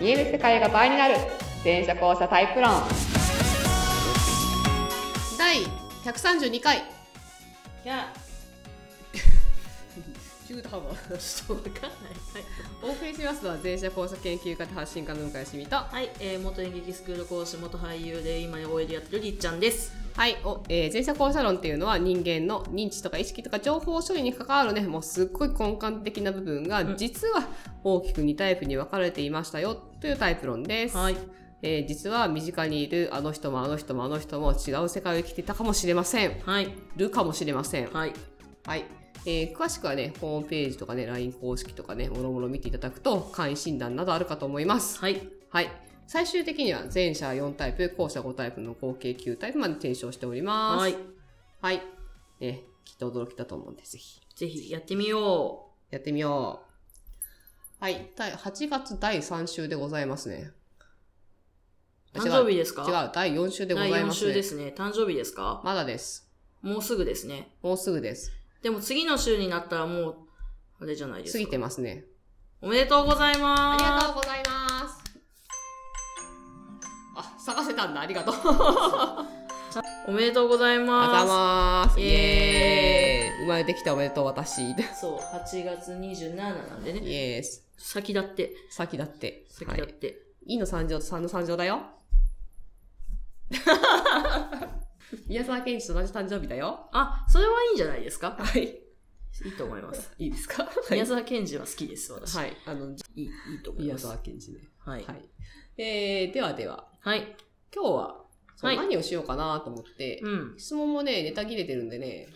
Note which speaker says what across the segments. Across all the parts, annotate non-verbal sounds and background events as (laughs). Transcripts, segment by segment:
Speaker 1: 見える世界が倍になる全車交差タイプ論
Speaker 2: 第132回
Speaker 3: や
Speaker 2: (laughs) 中途半端ちょっと分かんない、お送りしますのは全社交差研究家と発信家の向井しみと
Speaker 3: はい、えー、元演劇スクール講師元俳優で今 OL やってるりっちゃんです
Speaker 2: はい、お、えー、前者交差論っていうのは人間の認知とか意識とか情報処理に関わるね、もうすっごい根幹的な部分が、
Speaker 3: うん
Speaker 2: 実は大きく2タイプに分かれていましたよというタイプ論です。
Speaker 3: はい
Speaker 2: えー実は身近にいるあの人もあの人もあの人も違う世界を生きていたかもしれません。
Speaker 3: はい
Speaker 2: るかもしれません。
Speaker 3: はい
Speaker 2: はい。えー詳しくはね、ホームページとかね、LINE 公式とかね、もろもろ見ていただくと、簡易診断などあるかと思います。
Speaker 3: はい
Speaker 2: はい。最終的には前者4タイプ、後者5タイプの合計9タイプまで提唱しております。
Speaker 3: はい
Speaker 2: はい。ね、きっと驚きだと思うんで、ぜひ。
Speaker 3: ぜひやってみよ
Speaker 2: やってみよう。はい。第8月第3週でございますね。
Speaker 3: う
Speaker 2: あ
Speaker 3: 誕生日ですか
Speaker 2: 違う。違う第4週でござ
Speaker 3: 第
Speaker 2: い
Speaker 3: 4
Speaker 2: ます
Speaker 3: 週で
Speaker 2: ね。
Speaker 3: すね誕生日ですか
Speaker 2: まだです。
Speaker 3: もうすぐですね
Speaker 2: もうすぐです。
Speaker 3: でも次の週になったらもうあれじゃないです
Speaker 2: 過
Speaker 3: か
Speaker 2: ぎてますね。
Speaker 3: おめでとうござい
Speaker 2: あ
Speaker 3: ます
Speaker 2: りがとうございます。あ、探せたんだ。ありがとう。
Speaker 3: おめでとうござい
Speaker 2: あざ
Speaker 3: ま
Speaker 2: ます。イ
Speaker 3: イ
Speaker 2: エ
Speaker 3: エ
Speaker 2: ーイ。生まれてきておめでとう、私。イ
Speaker 3: すそう8月27なんでね
Speaker 2: エース。
Speaker 3: 先だって
Speaker 2: 先だって。
Speaker 3: 先
Speaker 2: は
Speaker 3: だっ
Speaker 2: い。
Speaker 3: て、
Speaker 2: イの三乗と3の三乗だよ。 (laughs) 宮沢賢治と同じ誕生日だよ。
Speaker 3: あそれはいいんじゃないですか
Speaker 2: はい。
Speaker 3: いいと思います
Speaker 2: いいですかはい。
Speaker 3: 宮沢賢治は好きです私、
Speaker 2: はい。あの、
Speaker 3: い、いいいと思い
Speaker 2: 宮
Speaker 3: ます
Speaker 2: 沢賢治ね。
Speaker 3: はい
Speaker 2: はい。えー、ではでは、
Speaker 3: はい。
Speaker 2: 今日は、そう
Speaker 3: はい
Speaker 2: 何をしようかなと思って、
Speaker 3: うん。
Speaker 2: 質問もね、ネタ切れてるんで
Speaker 3: (laughs)
Speaker 2: ね。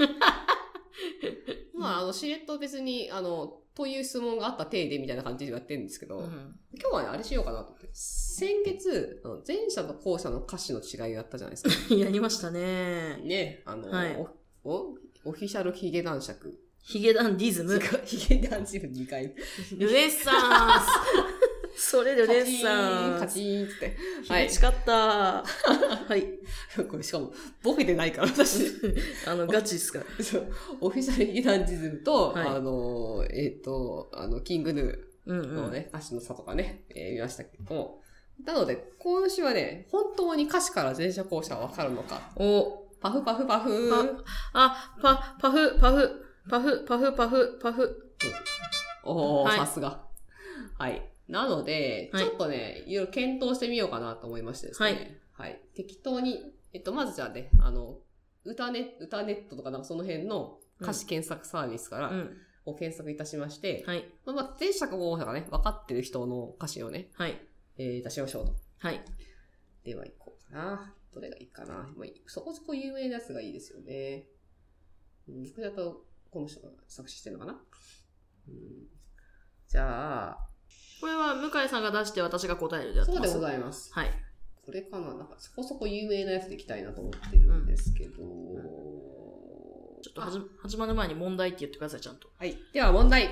Speaker 2: まあ、あの、しれっと別に、あの、という質問があった体でみたいな感じでやってるんですけど、
Speaker 3: うん (laughs)
Speaker 2: 今日はね、あれしようかなと思って。先月、あの前者と後者の歌詞の違いをやったじゃないですか。
Speaker 3: やりました (laughs) ね。
Speaker 2: ね、あの、
Speaker 3: はい
Speaker 2: おおオフィシャルヒゲ男爵。
Speaker 3: (laughs) ヒゲダンディズム。
Speaker 2: ヒゲ男爵2回。
Speaker 3: ルネッサンス。 (laughs) それルネッサ
Speaker 2: カ
Speaker 3: ンス。
Speaker 2: チーンカチーンっ
Speaker 3: ヒゲ近かった。はい。
Speaker 2: つって。これしかも、ボケてないから、
Speaker 3: (laughs)
Speaker 2: 私。
Speaker 3: あの、ガチっすから。
Speaker 2: そうオフィシャルヒゲダンジズムと、
Speaker 3: はい
Speaker 2: あの、えっ、と、あの、キングヌ
Speaker 3: うん
Speaker 2: ーの
Speaker 3: うん。
Speaker 2: ね、歌詞の差とかね、えー見ましたけども。なので、今週はね、本当に歌詞から前者後者はわかるのか。
Speaker 3: お、
Speaker 2: パフパフパフ
Speaker 3: あ、パ、パフ、パフ、パフ、パフ、パフ、パフ。
Speaker 2: おお、
Speaker 3: はい
Speaker 2: さすが。はい。なので、
Speaker 3: はい
Speaker 2: ちょっとね、いろいろ検討してみようかなと思いましてですね。はい。適当に、えっと、まずじゃあね、あの、歌ネ歌ネットとかなんかその辺の歌詞検索サービスから、
Speaker 3: うん。
Speaker 2: を検索いたしまして、
Speaker 3: はい。
Speaker 2: まあまあ、前者か後者がね、分かってる人の歌詞をね、
Speaker 3: はい。
Speaker 2: えー、出しましょうと。
Speaker 3: はい。
Speaker 2: では、行こうかな。どれがいいかな。まあ、そこそこ有名なやつがいいですよね。うん、これだと、この人が作詞してるのかな。うん、じゃあ、
Speaker 3: これは向井さんが出して私が答えるでやって
Speaker 2: そ
Speaker 3: ま
Speaker 2: う
Speaker 3: す。
Speaker 2: でござ
Speaker 3: い
Speaker 2: います。
Speaker 3: はい。
Speaker 2: これかな。なんか、そこそこ有名なやつでいきたいなと思ってるんですけど。
Speaker 3: ちょっとはじ始まる前に問題って言ってください、ちゃんと。
Speaker 2: はい。では問題。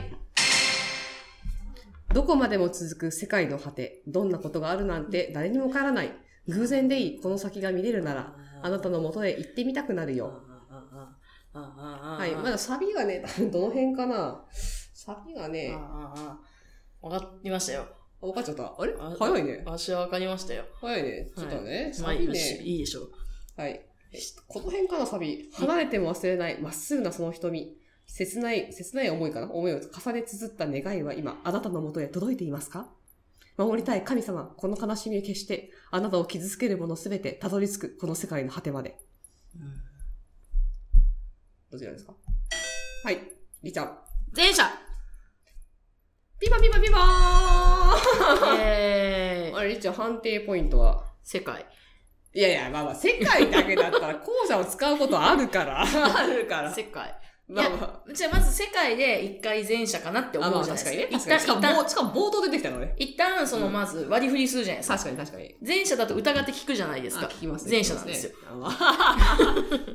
Speaker 2: どこまでも続く世界の果て、どんなことがあるなんて誰にもわからない。偶然でいい、この先が見れるなら、あなたの元へ行ってみたくなるよ。
Speaker 3: は
Speaker 2: はい。まだサビがね、 (laughs) どの辺かなサビがね、
Speaker 3: 分かりましたよ。
Speaker 2: あ、分かっちゃった。あれ
Speaker 3: あ
Speaker 2: 早いね。
Speaker 3: 私は分かりましたよ。
Speaker 2: 早いね。ちょっとね、
Speaker 3: まあ、
Speaker 2: サ
Speaker 3: い
Speaker 2: ビ
Speaker 3: いし
Speaker 2: ね。
Speaker 3: いいでしょう。
Speaker 2: はい。この辺かな、サビ。離れても忘れない、まっすぐなその瞳。切ない、切ない思いかな思いを重ね綴った願いは今、あなたのもとへ届いていますか守りたい神様、この悲しみを消して、あなたを傷つけるものすべて、たどり着く、この世界の果てまで。どちらですかはい。りちゃん。
Speaker 3: 前者
Speaker 2: ピバピバピバー
Speaker 3: えー
Speaker 2: あれ、りちゃん、判定ポイントは
Speaker 3: 世界。
Speaker 2: いやいや、まあまあ、世界だけだったら、後者を使うことある
Speaker 3: (laughs)
Speaker 2: から。あるから
Speaker 3: 世界。
Speaker 2: (laughs) まあま
Speaker 3: じゃあまず世界で一回前者かなって
Speaker 2: あ。あ、
Speaker 3: 思
Speaker 2: ま
Speaker 3: う
Speaker 2: あ
Speaker 3: じゃな
Speaker 2: 確
Speaker 3: い
Speaker 2: かにね。
Speaker 3: です
Speaker 2: 確かに。しかも、
Speaker 3: か。一旦、
Speaker 2: ぼ
Speaker 3: 一旦
Speaker 2: うしかも冒頭出てきたのね。
Speaker 3: 一旦そのまず割り振りするじゃないですか。
Speaker 2: 確かに確かに。
Speaker 3: 前者だと疑って聞くじゃないです
Speaker 2: あ
Speaker 3: か。
Speaker 2: 聞きます
Speaker 3: 前者なんですよ。
Speaker 2: よ。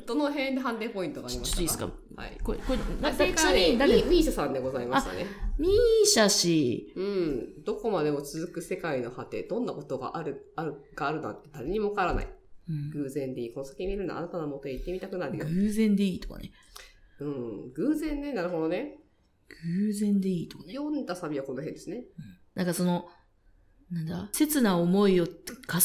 Speaker 3: (laughs)
Speaker 2: どの辺で判定ポイントがありました
Speaker 3: ちょっといい
Speaker 2: はい。
Speaker 3: これ、これ、
Speaker 2: あ
Speaker 3: な
Speaker 2: 正
Speaker 3: ちなみ
Speaker 2: 解
Speaker 3: に
Speaker 2: は
Speaker 3: 誰
Speaker 2: ね、ミミーシャさんでございましたね。
Speaker 3: ミーシャ氏。
Speaker 2: うん。どこまでも続く世界の果て、どんなことがある、ある、があるなんて誰にもわからない。偶然でいい。この先見るのあなたの元へ行ってみたくなるよ。
Speaker 3: 偶然でいいとかね。
Speaker 2: うん。偶然ね、なるほどね。
Speaker 3: 偶然でいいとかね。
Speaker 2: 読んだサビはこの辺ですね。
Speaker 3: なんかその、なんだ、切な思いを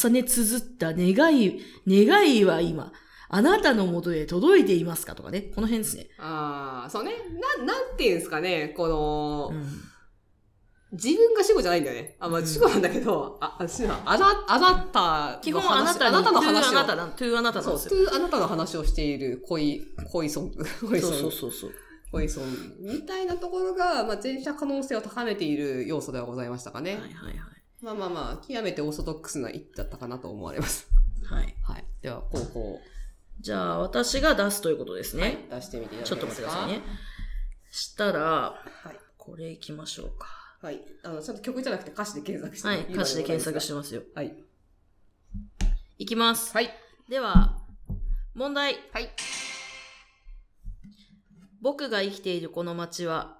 Speaker 3: 重ね綴った願い、願いは今、あなたのもとへ届いていますかとかね、この辺ですね。
Speaker 2: ああ、そうね。な、なんていうんですかね。この、
Speaker 3: うん。
Speaker 2: 自分が主語じゃないんだよね。あ、まあ主語なんだけど、あ、あ主語、あな、あなた
Speaker 3: 基
Speaker 2: の
Speaker 3: 本
Speaker 2: 話
Speaker 3: あなた
Speaker 2: あなたの話
Speaker 3: あ
Speaker 2: を
Speaker 3: なたな、トゥーあなたなん
Speaker 2: そ
Speaker 3: で
Speaker 2: う、
Speaker 3: す
Speaker 2: ト
Speaker 3: よ。
Speaker 2: ゥーあなたの話をしている恋、恋ソング、恋ソング、
Speaker 3: そうそうそう。
Speaker 2: 恋ソングみたいなところが、まあ、前者可能性を高めている要素ではございましたか
Speaker 3: はい
Speaker 2: ね。
Speaker 3: はいはい。
Speaker 2: まあまあまあ、極めてオーソドックスな一手だったかなと思われます。
Speaker 3: はい。
Speaker 2: はい。では、高校、
Speaker 3: じゃあ、私が出すということですね。
Speaker 2: 出してみていただ
Speaker 3: ちょっ
Speaker 2: けま
Speaker 3: と待
Speaker 2: す
Speaker 3: ってく
Speaker 2: か
Speaker 3: ださいね。。したら、
Speaker 2: はい。
Speaker 3: これいきましょうか。
Speaker 2: はい。あの、ちゃんと曲じゃなくて歌詞で検索して。。
Speaker 3: はい。歌詞で検索しててますよ。
Speaker 2: はい。
Speaker 3: いきます。
Speaker 2: はい。
Speaker 3: では、問題。
Speaker 2: はい。
Speaker 3: 僕が生きているこの街は、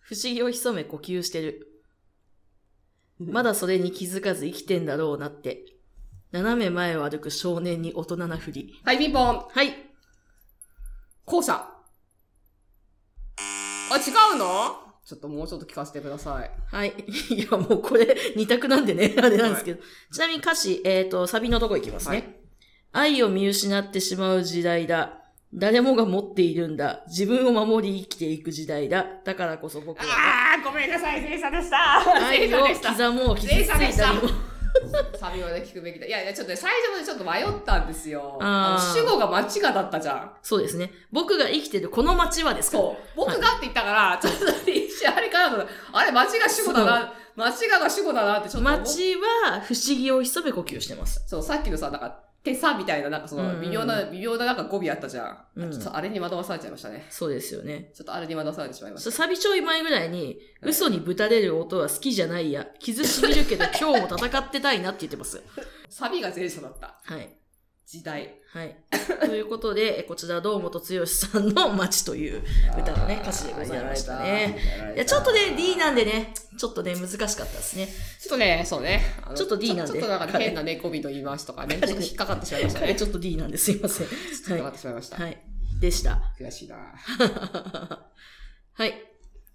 Speaker 3: 不思議を潜め呼吸してる。まだそれに気づかず生きてんだろうなって。斜め前を歩く少年に大人なふり。
Speaker 2: はい、ピンポン。
Speaker 3: はい。
Speaker 2: 校舎。あ、違うのちょっともうちょっと聞かせてください。
Speaker 3: はい。 (laughs) いや、もうこれ、二択なんでね、 (laughs) あれなんですけど。ちなみに歌詞、えっ、と、サビのとこいきますね。愛を見失ってしまう時代だ。誰もが持っているんだ。自分を守り生きていく時代だ。だからこそ僕は
Speaker 1: あー、ごめんなさい、前者でした。
Speaker 3: 愛を刻もう傷ついた
Speaker 2: 前者
Speaker 3: り
Speaker 2: で
Speaker 3: も。
Speaker 2: サビまで聞くべきだ。いやいや、ちょっとね、最初までちょっと迷ったんですよ。
Speaker 3: あー
Speaker 2: あの主語が間違だったじゃん。
Speaker 3: そうですね。僕が生きてるこの街はですか
Speaker 2: そう。僕がって言ったから、ちょっとね一瞬あれかなと思った。あれ、間違が主語だな。間違が主語だなってちょっと思っ
Speaker 3: 街は不思議を潜め呼吸してます。
Speaker 2: そう、さっきのさ、なんか、手さみたいな、なんかそ
Speaker 3: うんう
Speaker 2: の、
Speaker 3: ん
Speaker 2: 微妙な、微妙ななんか語尾あったじゃん。
Speaker 3: うん
Speaker 2: ちょっとあれに惑わされちゃいましたね。
Speaker 3: そうですよね。
Speaker 2: ちょっとあれに惑わされてしまいました。
Speaker 3: そうサビちょい前ぐらいに、
Speaker 2: はい
Speaker 3: 嘘にぶたれる音は好きじゃないや。傷しみるけど今日も戦ってたいなって言ってます。
Speaker 2: サビが前者だった。
Speaker 3: はい。
Speaker 2: 時代。
Speaker 3: はい。ということで、えこちら堂本剛さんの街という歌のね、歌詞でございましたね。いや、ちょっとね、D なんでね、ちょっとね、難しかったですね。
Speaker 2: ちょっとね、そうね。あの
Speaker 3: ちょっと D なんで
Speaker 2: ちょっとなんかね変なね、語尾の言い回しとかね、ちょっと引っかかってしまいました
Speaker 3: 彼
Speaker 2: ね。
Speaker 3: ちょっと D なんですいません。
Speaker 2: 引っかか
Speaker 3: は
Speaker 2: ってしまいました。
Speaker 3: い。はい。でした。
Speaker 2: 悔しいな
Speaker 3: はい。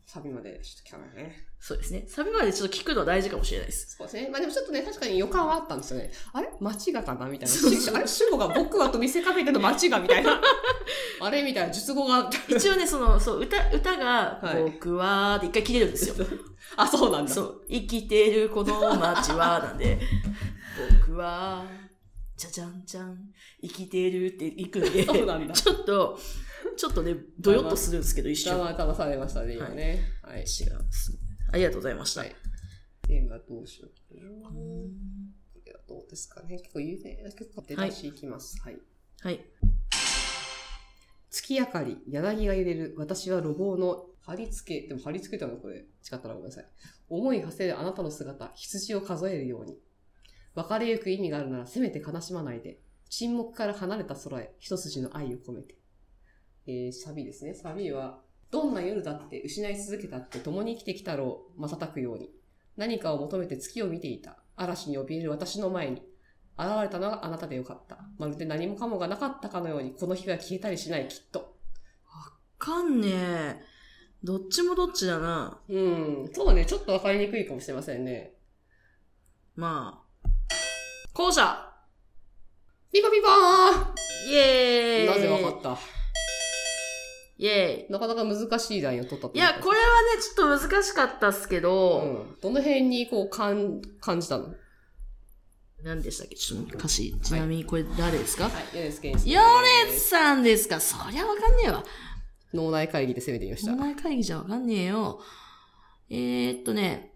Speaker 2: サビまでちょっと聞かないね。
Speaker 3: そうですね。サビまでちょっと聞くのは大事かもしれないです。
Speaker 2: そうですね。まあでもちょっとね、確かに予感はあったんですよね。あれ間違がかなみたいな。
Speaker 3: そうそう
Speaker 2: あれ主語が僕はと見せかけての間違がみたい
Speaker 3: (laughs)
Speaker 2: な。あれみたいな、術語が。
Speaker 3: 一応ね、その、そう、歌、歌が、
Speaker 2: はい
Speaker 3: 僕は、で一回切れるんですよ。
Speaker 2: あ、そうなんだ。
Speaker 3: そう、生きてるこの街は、なんで、僕は、じゃじゃんじゃん、生きてるって行くんで、
Speaker 2: そうなんだ
Speaker 3: ちょっと、ちょっとね、どよっとするんです (laughs) けど、一瞬。違う
Speaker 2: 騙騙されましたね、今ね。はい。
Speaker 3: っすねありがとうございました。
Speaker 2: はいテーマどうしようかな。
Speaker 3: う
Speaker 2: こ
Speaker 3: ん
Speaker 2: れはどうですかね。結構有名な曲出だしいきます。はい。
Speaker 3: はい。
Speaker 2: 月明かり、柳が揺れる、私は路傍の貼り付け、でも貼り付けたのこれ、違ったらごめんなさい。思い馳せるあなたの姿、羊を数えるように。別れゆく意味があるなら、せめて悲しまないで。沈黙から離れた空へ、一筋の愛を込めて。えー、サビですね。サビは、どんな夜だって失い続けたって共に生きてきたろう、瞬くように。何かを求めて月を見ていた。嵐に怯える私の前に。現れたのがあなたでよかった。まるで何もかもがなかったかのように、この日は消えたりしない、きっと。
Speaker 3: かんねえ。どっちもどっちだな。
Speaker 2: うん。そうね、ちょっとわかりにくいかもしれませんね。
Speaker 3: まあ。後者
Speaker 2: ピコピコー
Speaker 3: イエーイ
Speaker 2: なぜわかった
Speaker 3: イエ
Speaker 2: なかなか難しいラインを取ったと思
Speaker 3: ーイいや、これはね、ちょっと難しかったっすけど、
Speaker 2: うん。どの辺にこう感、感じたのはい
Speaker 3: 何でしたっけちょっと歌詞。ちなみにこれ誰ですか、、
Speaker 2: ヨネスケンス
Speaker 3: ヨネスさんですかそりゃわかんねえわ。
Speaker 2: 脳内会議で攻めてみました。
Speaker 3: 脳内会議じゃわかんねえよ。えー、っとね。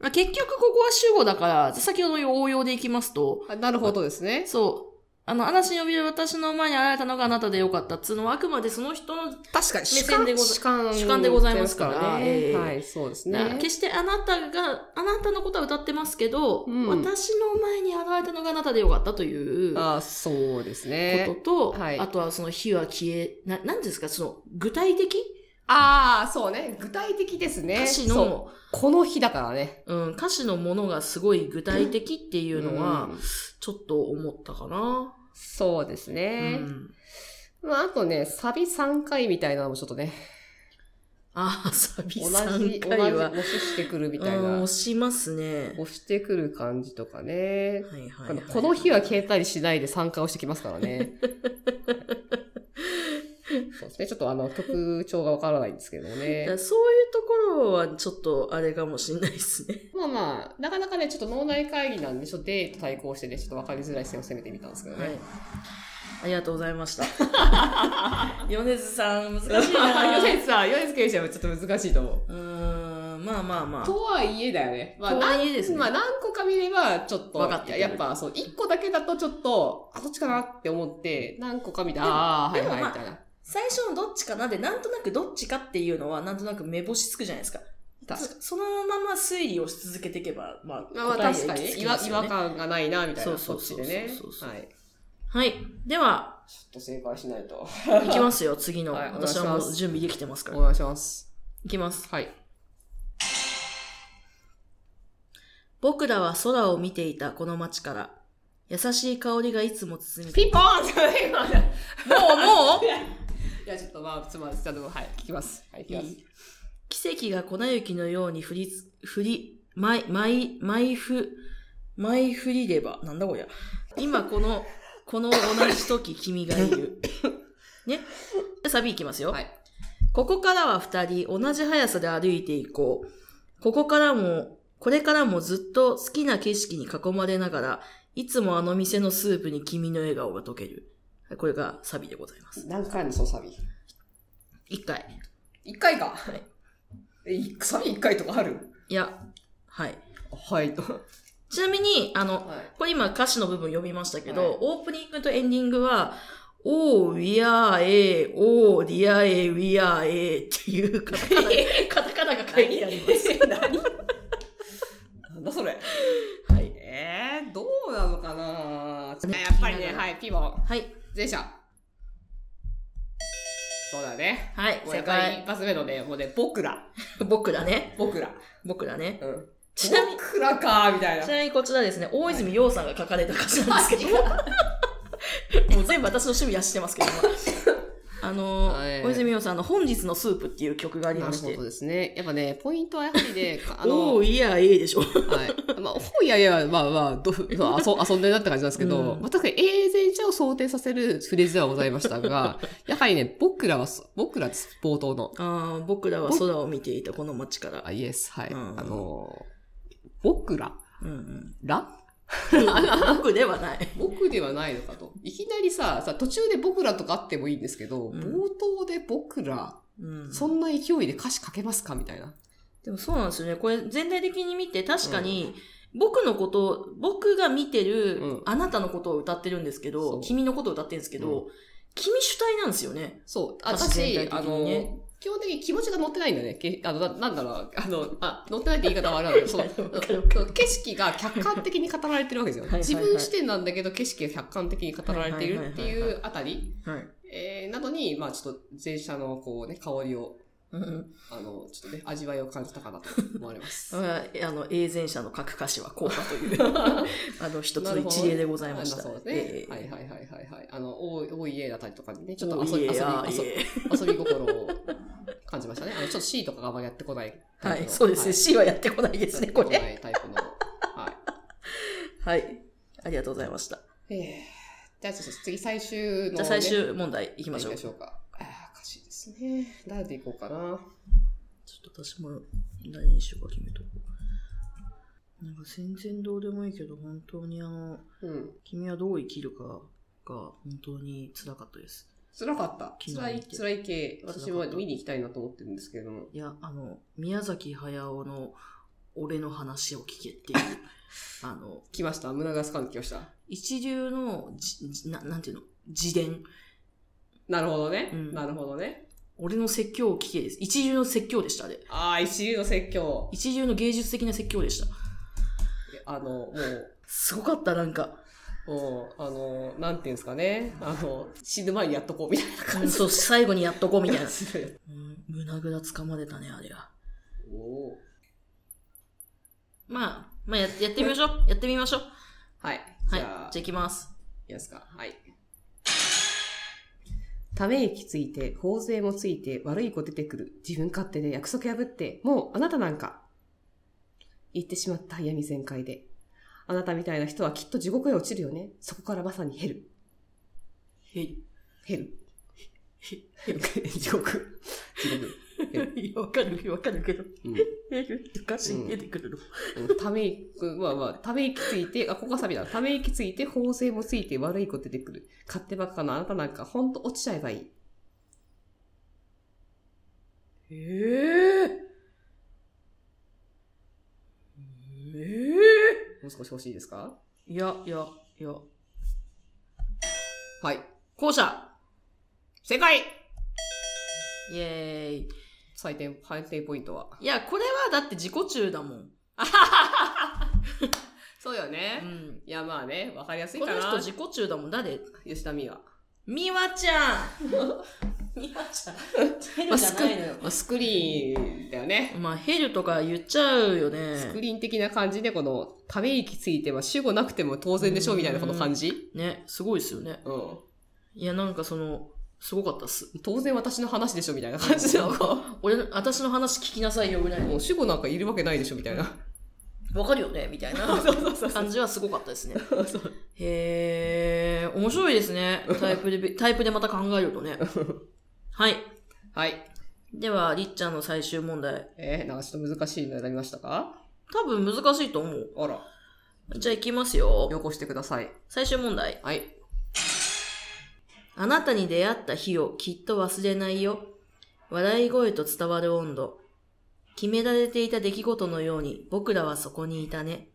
Speaker 3: まあ結局ここは主語だから、先ほどの応用でいきますと、
Speaker 2: あなるほどですね。
Speaker 3: そう。あの、嵐に呼びる私の前に現れたのがあなたでよかったっつうのは、あくまでその人の、
Speaker 2: 確かに
Speaker 3: 目線でござ
Speaker 2: 主観
Speaker 3: 主観でございますからええ
Speaker 2: はい、そうですね。
Speaker 3: 決してあなたが、あなたのことは歌ってますけど、
Speaker 2: うん
Speaker 3: 私の前に現れたのがあなたでよかったという。
Speaker 2: あそうですね
Speaker 3: こ。とと、
Speaker 2: はい
Speaker 3: あとはその火は消え、な、なんですか、その具体的
Speaker 2: ああ、そうね。具体的ですね。
Speaker 3: 歌詞
Speaker 2: そう
Speaker 3: の、
Speaker 2: この日だからね。
Speaker 3: うん、歌詞のものがすごい具体的っていうのは
Speaker 2: う、ん
Speaker 3: ちょっと思ったかな。
Speaker 2: そうです
Speaker 3: う
Speaker 2: ね。
Speaker 3: ん
Speaker 2: まあ、あとね、サビ3回みたいなのもちょっとね、
Speaker 3: ああ、サビ
Speaker 2: 同
Speaker 3: 3
Speaker 2: じ、同
Speaker 3: 回
Speaker 2: じ、
Speaker 3: は。
Speaker 2: 押ししてくるみ
Speaker 3: うん、
Speaker 2: たいな
Speaker 3: 押。しますね。
Speaker 2: 押してくる感じとかね。
Speaker 3: はいはい
Speaker 2: あ
Speaker 3: はい
Speaker 2: のこの日は消えたりしないで参加をしてきますから (laughs) ね。そうですね。ちょっとあの、曲調がわからないんですけども
Speaker 3: だ
Speaker 2: ね
Speaker 3: か。らそういうところはちょっとあれかもしれないですね。
Speaker 2: まあまあ、なかなかね、ちょっと脳内会議なんで、ちょっとデーと対抗してね、ちょっとわかりづらい線を攻めてみたんですけど
Speaker 3: はい
Speaker 2: ね。。
Speaker 3: ありがとうござい
Speaker 2: (laughs)
Speaker 3: ました。米津さん、難しい
Speaker 2: ヨ
Speaker 3: な
Speaker 2: ネズは、ヨネズ経営者はちょっと難しいと思う。
Speaker 3: うーん、まあまあまあ。
Speaker 2: とはいえだよね。まあ、
Speaker 3: とはいえですね
Speaker 2: まあ何個か見れば、ちょっと、
Speaker 3: 分かってくる
Speaker 2: やっぱそう、一個だけだとちょっと、あ、どっちかなって思って、何個か見て、ああ、は
Speaker 3: で
Speaker 2: い
Speaker 3: も
Speaker 2: はい、
Speaker 3: ま
Speaker 2: み
Speaker 3: あ
Speaker 2: たいな。
Speaker 3: 最初のどっちかなで、なんとなくどっちかっていうのは、なんとなく目星つくじゃないですか。
Speaker 2: 確か
Speaker 3: そそのまま推理をし続けていけば、まあ、
Speaker 2: まあまあ
Speaker 3: 答えが
Speaker 2: 確かに
Speaker 3: 行
Speaker 2: ね
Speaker 3: き着き
Speaker 2: 違
Speaker 3: ま
Speaker 2: 和
Speaker 3: す
Speaker 2: 違
Speaker 3: よ
Speaker 2: 和
Speaker 3: ね
Speaker 2: 感がないな、みたいな。
Speaker 3: そうそうそう
Speaker 2: こっちでね
Speaker 3: そうそうそう
Speaker 2: はい。
Speaker 3: はい。
Speaker 2: (laughs)
Speaker 3: では、
Speaker 2: ちょっと正解しないと。
Speaker 3: 行きますよ、次の。
Speaker 2: はいお願いし
Speaker 3: 私
Speaker 2: ます
Speaker 3: はもう準備できてますから
Speaker 2: お。願いします。
Speaker 3: 行きます。
Speaker 2: はい。
Speaker 3: 僕らは空を見ていたこの街から、優しい香りがいつも包み
Speaker 2: ピンポーン (laughs)
Speaker 3: もうもう
Speaker 2: いや、ちょっとまあ、つまり、ちゃんと、はい、聞きます。はい、聞きます。
Speaker 3: 奇跡が粉雪のように降りつ、降り、舞い、舞い、舞いふ、舞い降りれば、なんだこりゃ。今この、この同じ時君がいる。ね。サビいきますよ。
Speaker 2: はい
Speaker 3: ここからは二人同じ速さで歩いていこう。ここからも、これからもずっと好きな景色に囲まれながら、いつもあの店のスープに君の笑顔が溶ける。はいこれがサビでございます。
Speaker 2: 何回のそうサビ
Speaker 3: 一回。
Speaker 2: 一回か。
Speaker 3: はい
Speaker 2: えいサビ一回とかある
Speaker 3: いや、はい。
Speaker 2: はい。
Speaker 3: ちなみに、あの、
Speaker 2: はい。
Speaker 3: これ今歌詞の部分読みましたけど、
Speaker 2: はい
Speaker 3: オープニングとエンディングは、おー、ウィアー、えー、おー、ディアー、えー、ウィアー、えーっていうカタカナ
Speaker 2: (laughs)
Speaker 3: カタカナが書いてあります。
Speaker 2: 何なんだそれ。
Speaker 3: はい。
Speaker 2: えー、どうなのかな
Speaker 3: ね
Speaker 2: やっぱり
Speaker 3: 聞きな
Speaker 2: ね、
Speaker 3: がら
Speaker 2: はい、ピボン。
Speaker 3: はい。
Speaker 2: 前者。そうだね。
Speaker 3: はい、
Speaker 2: 正
Speaker 3: 正
Speaker 2: 解一
Speaker 3: 解。
Speaker 2: 発目のね、もうね、僕ら。
Speaker 3: 僕らね。
Speaker 2: 僕ら。
Speaker 3: 僕らね。
Speaker 2: うん。
Speaker 3: ちなみに、
Speaker 2: 僕らかーみたいな
Speaker 3: ち。なみにこちらですね、大泉洋さんが書かれた歌詞なんですけど、 (laughs) もう全部私の趣味やしてますけど、
Speaker 2: (laughs)
Speaker 3: あの、
Speaker 2: はい
Speaker 3: 大泉洋さんの本日のスープっていう曲があり
Speaker 2: な
Speaker 3: ま
Speaker 2: る
Speaker 3: し
Speaker 2: ほ
Speaker 3: て
Speaker 2: ど、ですね。やっぱね、ポイントはやはり (laughs) ね、かあの、
Speaker 3: お
Speaker 2: は
Speaker 3: ー、いや、ええでしょ。
Speaker 2: い。まあ、おいやいや、まあまあ、どそう遊遊んでる (laughs) なって感じなんですけど、
Speaker 3: うん
Speaker 2: まあ、確かに永遠者を想定させるフレーズではございました (laughs) が、やはりね、僕らはそ、僕らです、冒頭の。
Speaker 3: ああ、僕らは空を見ていたこの街から
Speaker 2: あ、。イエス、はい。
Speaker 3: うん
Speaker 2: あのー、僕ら
Speaker 3: うんうん。
Speaker 2: ら
Speaker 3: 僕ではない。
Speaker 2: 僕ではないのかと。いきなりさ、さ、途中で僕らとかあってもいいんですけど、
Speaker 3: うん
Speaker 2: 冒頭で僕ら、
Speaker 3: うん。
Speaker 2: そんな勢いで歌詞書けますかみたいな。
Speaker 3: でもそうなんですよね。これ全体的に見て、確かに、僕のことを、僕が見てる、
Speaker 2: うん
Speaker 3: あなたのことを歌ってるんですけ
Speaker 2: そ
Speaker 3: ど、
Speaker 2: う
Speaker 3: 君のことを歌ってるんですけど、君主体なんですよね。
Speaker 2: そう。あ
Speaker 3: 歌詞全
Speaker 2: 私、
Speaker 3: 体的
Speaker 2: あ
Speaker 3: に
Speaker 2: の
Speaker 3: ね、
Speaker 2: 基本的に気持ちが乗ってないんだよね。けあの、ななんだろう、あの、あ、乗ってないって言い方はあれなんだ
Speaker 3: (laughs)
Speaker 2: けど、そ
Speaker 3: いやわ
Speaker 2: う
Speaker 3: かるわ
Speaker 2: その景色が客観的に語られてるわけですよ。
Speaker 3: はいはいはい
Speaker 2: 自分視点なんだけど、景色が客観的に語られているって
Speaker 3: はいは
Speaker 2: い
Speaker 3: いはいはいう
Speaker 2: あたり、
Speaker 3: はい。
Speaker 2: えー、などに、まあちょっと前者のこうね、香りを
Speaker 3: うんうん。
Speaker 2: あの、ちょっとね、味わいを感じたかなと思われます。
Speaker 3: (laughs) だからあの、永前者の書く歌詞はこう (laughs) だという、あの、一つの一例でございました。
Speaker 2: なるほどそうですね。はい
Speaker 3: え
Speaker 2: はいはいはいはい。あの、多い多い家だったりとかにね、
Speaker 3: ち
Speaker 2: ち
Speaker 3: ょ
Speaker 2: ょ
Speaker 3: っ
Speaker 2: っ
Speaker 3: と
Speaker 2: と
Speaker 3: 遊
Speaker 2: 遊び、
Speaker 3: び、
Speaker 2: 遊び、遊
Speaker 3: 遊び、
Speaker 2: び遊び心を感じましたね。あの、ちょっと C とかがあまりやってこないタ
Speaker 3: は
Speaker 2: イプの。
Speaker 3: い、そうですね。
Speaker 2: はい
Speaker 3: C はやってこないですね、こ
Speaker 2: やっ
Speaker 3: れ。
Speaker 2: てこないタイプの。は
Speaker 3: はい。ありがとうございました。
Speaker 2: い。えーじゃあ、ちょっと次最終の、ね。
Speaker 3: じゃあ最終問題いき
Speaker 2: 行き
Speaker 3: ま
Speaker 2: ま
Speaker 3: し
Speaker 2: し
Speaker 3: ょう。ちょ
Speaker 2: ょうか。ああ、おかしいですね。誰で行こうかな。
Speaker 3: っと私も何にしようか決めとこう。なんか全然どうでもいいけど、本当にあの、
Speaker 2: うん。
Speaker 3: 君はどう生きるかが本当に辛かったです。
Speaker 2: 辛かった。辛い、辛い系。
Speaker 3: 辛かった
Speaker 2: 私も見に行きたいなと思ってるんですけれども。
Speaker 3: いや、あの、宮崎駿の俺の話を聞けっていう、あの、
Speaker 2: 来ました。胸がスカン来ました。
Speaker 3: 一流のじじな、なんていうの、自伝。
Speaker 2: なるほどね。
Speaker 3: うん
Speaker 2: なるほどね。
Speaker 3: 俺の説教を聞けです。一流の説教でした、あれ。
Speaker 2: ああ、一流の説教。
Speaker 3: 一流の芸術的な説教でした。
Speaker 2: あの、も
Speaker 3: すごかった、なんか。
Speaker 2: う、もう、あの、なんていうんですかね。あの、死ぬ前にやっとこうみたいな感じ。
Speaker 3: そう、最後にやっとこうみたいな。
Speaker 2: す
Speaker 3: うん、胸ぐらつかまれたね、あれは。
Speaker 2: おー
Speaker 3: まあ、まあや、やってみましょう。やってみましょう。
Speaker 2: はい。
Speaker 3: はい。じ
Speaker 2: じ
Speaker 3: ゃ
Speaker 2: ゃ
Speaker 3: あ
Speaker 2: あ、い
Speaker 3: 行きます。
Speaker 2: きますか。はい。ため息ついて、頬杖もついて、悪い子出てくる。自分勝手で約束破って、もうあなたなんか。言ってしまった闇全開で。あなたみたいな人はきっと地獄へ落ちるよね。そこからまさに減る。
Speaker 3: へい。
Speaker 2: 減る。地獄。地獄。
Speaker 3: い (laughs) やわかる、わかるけど。
Speaker 2: うん
Speaker 3: え、歌詞に出てくるの。
Speaker 2: うんため息、まあまあ、ため息ついて、あ、ここはサビだ。ため息ついて、法制もついて、悪い子出てくる。勝手ばっかのあなたなんか、ほんと落ちちゃえばいい。
Speaker 3: ええええ
Speaker 2: もう少し欲しいですか
Speaker 3: いや、いや、いや。
Speaker 2: はい。
Speaker 3: 校舎
Speaker 2: 正解
Speaker 3: イェーイ。
Speaker 2: 採点、判定ポイントは。
Speaker 3: いや、これはだって自己中だもん。
Speaker 2: そうよね。
Speaker 3: うん。
Speaker 2: いや、まあね、わかりやすい
Speaker 3: こ
Speaker 2: か
Speaker 3: の人
Speaker 2: な。
Speaker 3: 自己中だもん。誰
Speaker 2: 吉田美和。
Speaker 3: 美和ちゃ (laughs) ん美和ちゃん。ヘ (laughs)
Speaker 2: まあ、
Speaker 3: ルじゃ
Speaker 2: スク
Speaker 3: ないのよ。
Speaker 2: まあスクリーンだよね。
Speaker 3: まあ、ヘルとか言っちゃうよ
Speaker 2: スク
Speaker 3: ね。
Speaker 2: リーン的な感じで、この、ため息ついては主語なくても当然でしょ、みたいなこの感じ。
Speaker 3: ね、すごいですよね。
Speaker 2: うん。
Speaker 3: いや、なんかその、すごかったっす。
Speaker 2: 当然私の話でしょ、みたいな感じで。
Speaker 3: 俺の、私の話聞きなさいよぐらいの
Speaker 2: もう主語なんかいるわけないでしょ、みたいな。
Speaker 3: わかるよねみたいな感じはすごかったですね。へえ、面白いですね。タイプで、タイプでまた考えるとね。はい。
Speaker 2: はい。
Speaker 3: では、りっちゃんの最終問題。
Speaker 2: えー、なんかちょっと難しいの選びましたか
Speaker 3: 多分難しいと思う。
Speaker 2: あら。
Speaker 3: じゃあ行きますよ。
Speaker 2: よこしてください。
Speaker 3: 最終問題。
Speaker 2: はい。
Speaker 3: あなたに出会った日をきっと忘れないよ。笑い声と伝わる温度。決められていた出来事のように僕らはそこにいたね。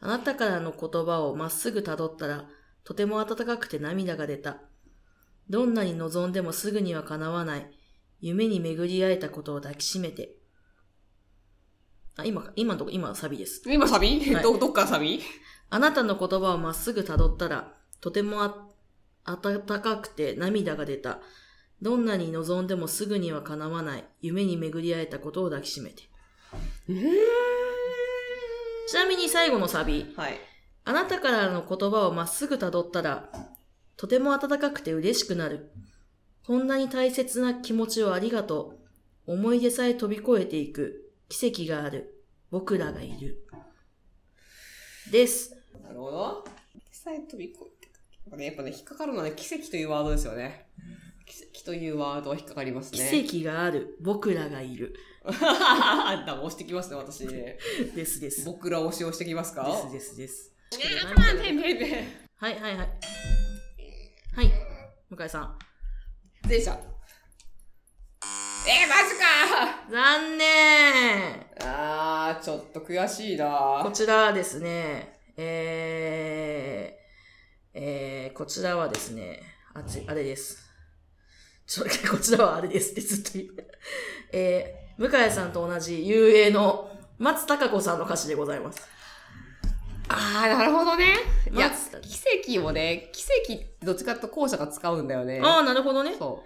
Speaker 3: あなたからの言葉をまっすぐ辿ったら、とても温かくて涙が出た。どんなに望んでもすぐには叶わない。夢に巡り会えたことを抱きしめて。あ、今か、今のとこ、今はサビです。
Speaker 2: 今サビ、
Speaker 3: はい
Speaker 2: ど、どっからサビ
Speaker 3: あなたの言葉をまっすぐ辿ったら、とてもあ温かくて涙が出た。どんなに望んでもすぐには叶わない。夢に巡り会えたことを抱きしめて。ちなみに最後のサビ。
Speaker 2: はい。
Speaker 3: あなたからの言葉をまっすぐ辿ったら、とても温かくて嬉しくなる。こんなに大切な気持ちをありがとう。思い出さえ飛び越えていく。奇跡がある。僕らがいる。です。
Speaker 2: なるほど。さえ飛び越えてくね、やっぱね、引っかかるのはね、奇跡というワードですよね。奇跡というワードは引っかかりますね。
Speaker 3: 奇跡がある。僕らがいる。
Speaker 2: (laughs) 跡あんた押してきますね、私ね。
Speaker 3: ですです。で
Speaker 2: 僕ら押しをしてきますか
Speaker 3: すですです。
Speaker 2: ペ (laughs) ンペンペン。
Speaker 3: はいはいはい。はい。向井さん。
Speaker 2: 電車。えー、マジか
Speaker 3: 残念
Speaker 2: あー、ちょっと悔しい
Speaker 3: こ
Speaker 2: な
Speaker 3: ちらですね、えー、えー、こちらはですね、あち、あれです。ちょっと待ってこちらはあれですってずっと言う。えー、向井さんと同じ遊泳の松たか子さんの歌詞でございます。
Speaker 2: あー、なるほどね。いや、
Speaker 3: 松たか
Speaker 2: 奇跡もね、奇跡ってどっちかっていうと後者が使うんだよね。
Speaker 3: ああ、なるほどね。
Speaker 2: そ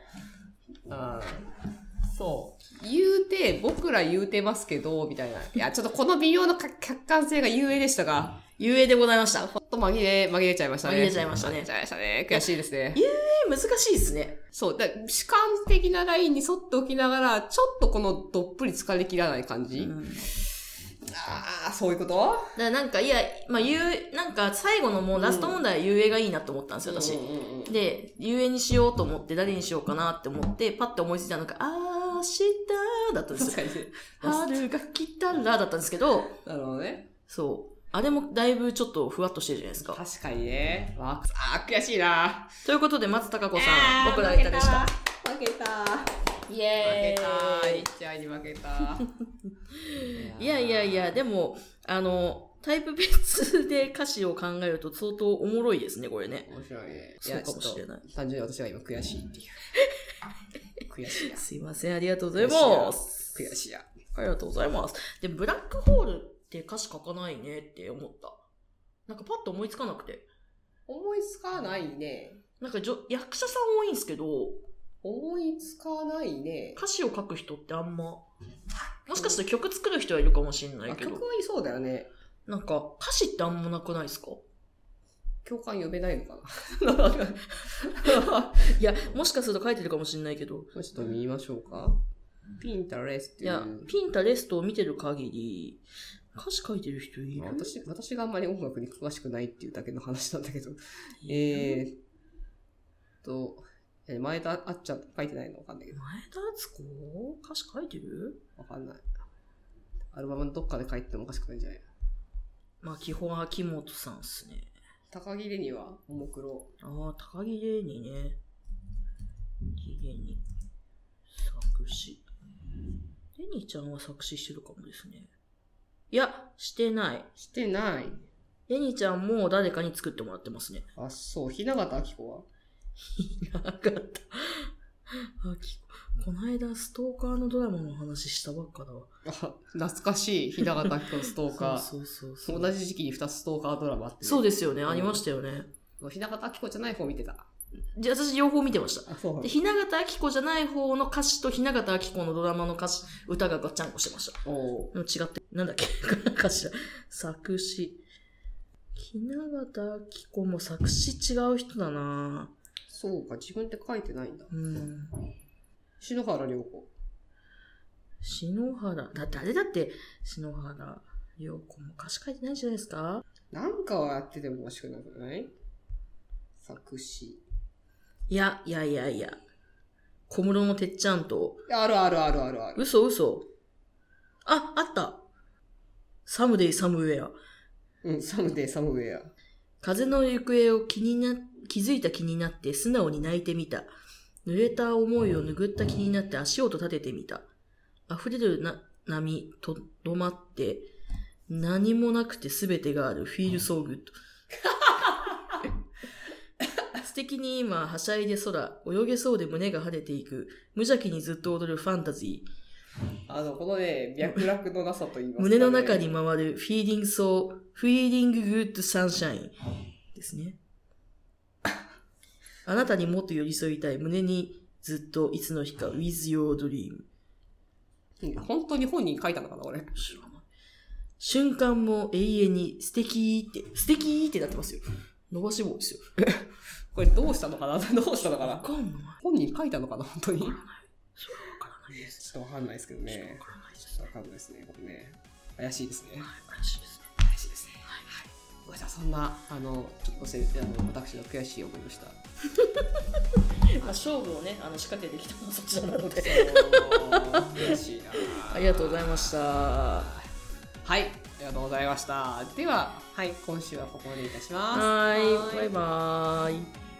Speaker 2: う。あーそう。言うて、僕ら言うてますけど、みたいな。いや、ちょっとこの微妙なか客観性が有名でしたが、
Speaker 3: 遊泳でございました。
Speaker 2: ほっと紛れ、紛れちゃいましたね。
Speaker 3: 紛れちゃいましたね
Speaker 2: 紛れちゃいましたね。悔しいですね。
Speaker 3: えー難しいですね。
Speaker 2: そう。だ主観的なラインに沿っておきながら、ちょっとこのどっぷり疲れきらない感じ。
Speaker 3: うん
Speaker 2: ああ、そういうこと
Speaker 3: だからなんか、いや、まあ、遊なんか最後のもうラスト問題は遊泳がいいなと思ったんですよ、私。
Speaker 2: うんうんうん
Speaker 3: で、遊泳にしようと思って、誰にしようかなって思って、パッて思いついたのが、あー、しただったんです
Speaker 2: 確
Speaker 3: よ。
Speaker 2: かにね。
Speaker 3: 春が来たらだったんですけど、
Speaker 2: なるほどね。
Speaker 3: そう。あれもだいぶちょっとふわっとしてるじゃないですか。
Speaker 2: 確かにね。わあー、悔しいな。
Speaker 3: ということで、松たか子さん、
Speaker 1: あー
Speaker 3: 僕らがいたでした。
Speaker 1: 負けた。
Speaker 3: イ
Speaker 2: 負け
Speaker 3: エ
Speaker 2: た
Speaker 3: ー
Speaker 2: ー。一愛に負け (laughs) た。
Speaker 3: イ。いやいやいや、でも、あの、タイプ別で歌詞を考えると相当おもろいですね、これね。
Speaker 2: 面白いね。
Speaker 3: そうかもしれない
Speaker 2: やちょっと単純に私は今悔しいっていう。悔しいや。
Speaker 3: すいません、ありがとうござい
Speaker 2: 悔しいや
Speaker 3: ます。。
Speaker 2: 悔しいや。
Speaker 3: ありがとうございます。で、ブラックホールって歌詞書かないねって思った。なんかパッと思いつかなくて。
Speaker 2: 思いつかないね。
Speaker 3: なんかじょ役者さん多いんですけど、
Speaker 2: 思いつかないね。
Speaker 3: 歌詞を書く人ってあんま、もしかしたら曲作る人はいるかもしれな
Speaker 2: あ
Speaker 3: いけど
Speaker 2: 曲、はいそうだよね。 (laughs)
Speaker 3: なんか歌詞ってあんまなくないですか
Speaker 2: 共感呼べないのかなちょ
Speaker 3: いや、もしかすると書いてるかもしれないけど。
Speaker 2: っと見ましょうか。ピンタレスって
Speaker 3: い
Speaker 2: いう。
Speaker 3: や、ピンタレストを見てる限り、歌詞書いてる人い
Speaker 2: まあ
Speaker 3: る
Speaker 2: 私私があんまり音楽に詳しくないっていうだけの話なんだけど。えーっと、え前田あっちゃんって書いてないのわかんないけど。
Speaker 3: 前田敦子歌詞書いてる
Speaker 2: わかんない。アルバムのどっかで書いててもおかしくないんじゃない
Speaker 3: まあ、基本秋元さんっすね。
Speaker 2: 高木レニは、ももクロ。
Speaker 3: ああ、高木玲にね。木玲に。作詞。レニちゃんは作詞してるかもですね。いや、してない。
Speaker 2: してない。
Speaker 3: レニちゃんも誰かに作ってもらってますね。 (laughs)
Speaker 2: あ、そう、雛形あき子は。
Speaker 3: なかった。あ、きこないだストーカーのドラマの話したばっかだわ。
Speaker 2: あ懐かしい、雛形あき子のストーカー。
Speaker 3: (laughs) そうそうそうそう。
Speaker 2: 同じ時期に2つストーカードラマあって、
Speaker 3: そう
Speaker 2: で
Speaker 3: ですよね。ありましたよね。
Speaker 2: す。雛形あき子じゃない方見てた。
Speaker 3: じゃあ私両方見てました。
Speaker 2: あ、そう
Speaker 3: で、雛形あき子じゃない方の歌詞と雛形あき子のドラマの歌詞、歌がガッチャンコしてました。
Speaker 2: おう
Speaker 3: でも違って、なんだっけかしら。作詞。雛形あき子も作詞違う人だな
Speaker 2: そうか、自分って書いてないんだ。
Speaker 3: うん。
Speaker 2: 篠原涼子。
Speaker 3: 篠原、だってあれだって、篠原涼子も歌詞書いてないんじゃないですか
Speaker 2: なんかはやっててもおかしくなくない作詞。
Speaker 3: いや、いやいやいや。小室のてっちゃんと、
Speaker 2: あるあるあるあるある。
Speaker 3: 嘘嘘。あ、あった。サムデイサムウェア。
Speaker 2: うん、サムデイサムウェア。
Speaker 3: 風の行方を気にな、気づいた気になって素直に泣いてみた。濡れた思いを拭った気になって足音立ててみた。溢れるな波、とどまって、何もなくて全てがある。フィールソーグッド。素敵に今、はしゃいで空、泳げそうで胸が晴れていく。無邪気にずっと踊るファンタジー。
Speaker 2: あの、このね、脈絡のなさと言いますか、ね。
Speaker 3: 胸の中に回るフィーリングソー、フィーリンググッドサンシャインですね。 (laughs) あなたにもっと寄り添いたい。胸にずっといつの日か with your dream。
Speaker 2: うん本当に本人書いたのかな、俺。
Speaker 3: 知らない瞬間も永遠に素敵って、素敵ってなってますよ。伸ばし棒ですよ。
Speaker 2: これどうしたのかな (laughs) どうしたのか
Speaker 3: わ
Speaker 2: な
Speaker 3: かんない。
Speaker 2: 本人書いたのかな、本当に。ちょ
Speaker 3: それはわからないです。
Speaker 2: っとわかんないですけど
Speaker 3: ちょっと
Speaker 2: ね
Speaker 3: わ。からないで
Speaker 2: ちょっ
Speaker 3: す。
Speaker 2: とわかんないですね、これね。怪しいですね。
Speaker 3: はい、怪しいですね。
Speaker 2: 怪しいですね。はい。じゃあそんな、あの、ちょっとせあの私の悔しい思いをした。
Speaker 3: まあ、勝負をね、あの仕掛けてきたのはそちらなので。
Speaker 2: (laughs) 悔しいな。
Speaker 3: ありがとうございました。
Speaker 2: はい、ありがとうございました。では、はい、今週はここまでいたします。
Speaker 3: はい、バイバーイ。